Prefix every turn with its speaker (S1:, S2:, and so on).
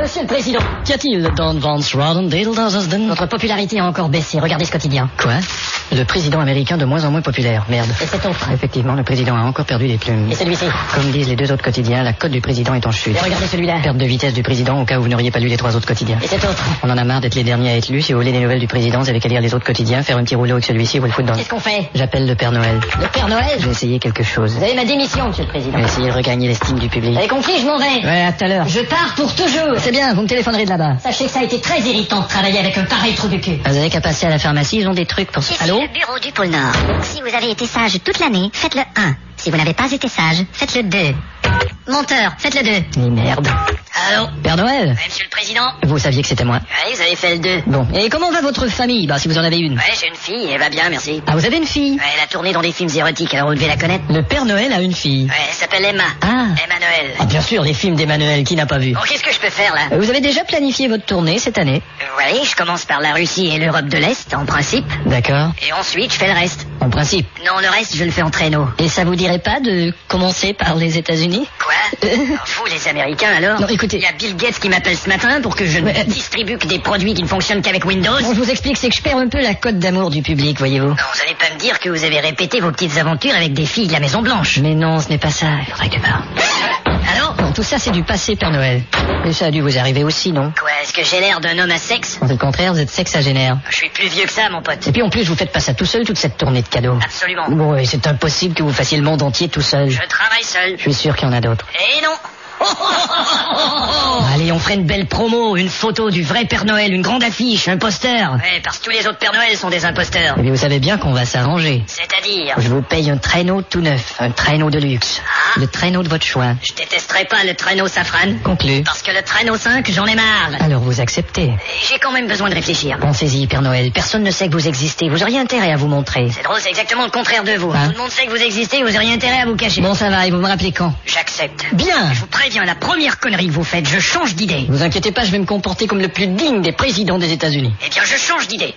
S1: Monsieur le Président,
S2: Qu'y a-t-il dans Vance Roden, Dale, dans Osden
S1: notre popularité a encore baissé. Regardez ce quotidien.
S2: Quoi Le président américain de moins en moins populaire. Merde.
S1: Et cet autre.
S2: Effectivement, le président hein. a encore perdu des plumes.
S1: Et celui-ci.
S2: Comme disent les deux autres quotidiens, la cote du président est en chute.
S1: Et regardez celui-là.
S2: Perte de vitesse du président au cas où vous n'auriez pas lu les trois autres quotidiens.
S1: Et cet autre.
S2: On en a marre d'être les derniers à être lus. Si vous voulez des nouvelles du président, vous avez qu'à lire les autres quotidiens, faire un petit rouleau avec celui-ci, vous le foutez dans le...
S1: Qu'est-ce qu'on fait
S2: J'appelle le Père Noël.
S1: Le Père Noël
S2: Je vais essayer quelque chose.
S1: Vous avez ma démission, Monsieur le
S2: Je
S1: Président.
S2: vais essayer de regagner l'estime du public.
S1: Vous avez compris, je m'en vais.
S2: Ouais, à tout à l'heure.
S1: Je pars pour toujours.
S2: C'est bien, vous me téléphonerez de là-bas. Ah,
S1: Sachez que ça a été très irritant de travailler avec un pareil trou du cul.
S2: Vous avez qu'à passer à la pharmacie, ils ont des trucs pour...
S3: Ici
S2: Allô
S3: le bureau du pôle Nord. Si vous avez été sage toute l'année, faites le 1. Si vous n'avez pas été sage, faites le 2. Monteur, faites le 2.
S2: Ni Eh. merde.
S1: Allô
S2: Père Noël
S1: Monsieur le Président
S2: Vous saviez que c'était moi.
S1: Oui, vous avez fait le 2.
S2: Bon. Et comment va votre famille Bah, si vous en avez une.
S1: Ouais, j'ai une fille, elle va bien, merci.
S2: Ah, vous avez une fille
S1: Ouais, elle a tourné dans des films érotiques, alors vous devez la connaître.
S2: Le Père Noël a une fille.
S1: Ouais, elle s'appelle Emma.
S2: Ah.
S1: Emma Noël.
S2: Ah, bien sûr, les films d'Emmanuel, qui n'a pas vu
S1: Bon, qu'est-ce que je peux faire, là
S2: Euh, Vous avez déjà planifié votre tournée cette année
S1: Vous voyez, je commence par la Russie et l'Europe de l'Est, en principe.
S2: D'accord.
S1: Et ensuite, je fais le reste.
S2: En principe.
S1: Non, le reste, je le fais en traîneau.
S2: Et ça vous dirait pas de commencer par les États-Unis
S1: Quoi Alors, Vous, les Américains, alors
S2: Non, écoutez-
S1: Euh,
S2: Euh,
S1: Il y a Bill Gates qui m'appelle ce matin pour que je ne
S2: Mais-
S1: distribue que des produits qui ne fonctionnent qu'avec Windows.
S2: Bon, je vous explique, c'est que je perds un peu la cote d'amour du public, voyez-vous.
S1: Non, vous allez pas me dire que vous avez répété vos petites aventures avec des filles de la Maison Blanche.
S2: Mais non, ce n'est pas ça. Il faudrait que tu parles.
S1: Alors
S2: Bon, tout ça, c'est du passé, Père Noël. Mais ça a dû vous arriver aussi, non
S1: Quoi, est-ce que j'ai l'air d'un homme à sexe
S2: C'est le contraire, vous êtes sexagénaire.
S1: Je suis plus vieux que ça, mon pote.
S2: Et puis en plus, vous faites pas ça tout seul, toute cette tournée de cadeaux.
S1: Absolument.
S2: Bon, et c'est impossible que vous fassiez le monde entier tout seul. Je
S1: Je travaille seul.
S2: suis sûr qu'il y en a d'autres.
S1: Et non
S2: Allez, on ferait une belle promo, une photo du vrai Père Noël, une grande affiche, un poster.
S1: Ouais, parce que tous les autres Pères Noël sont des imposteurs.
S2: Eh bien, vous savez bien qu'on va s'arranger.
S1: C'est-à-dire,
S2: Je vous paye un traîneau tout neuf, un traîneau de luxe.
S1: Ah.
S2: Le traîneau de votre choix.
S1: je détesterai pas le traîneau safran.
S2: Conclu.
S1: Parce que le traîneau 5, j'en ai marre.
S2: Alors vous acceptez.
S1: Et J'ai quand même besoin de réfléchir.
S2: Pensez-y, Père Noël. Personne ne sait que vous existez. Vous auriez intérêt à vous montrer.
S1: C'est drôle, c'est exactement le contraire de vous.
S2: Hein
S1: Tout le monde sait que vous existez et vous auriez intérêt à vous cacher.
S2: Bon, ça va, et vous me rappelez quand
S1: J'accepte.
S2: Bien
S1: Je vous préviens, la première connerie que vous faites, je change d'idée.
S2: Vous inquiétez pas, je vais me comporter comme le plus digne des présidents des États-Unis.
S1: Eh bien, je change d'idée.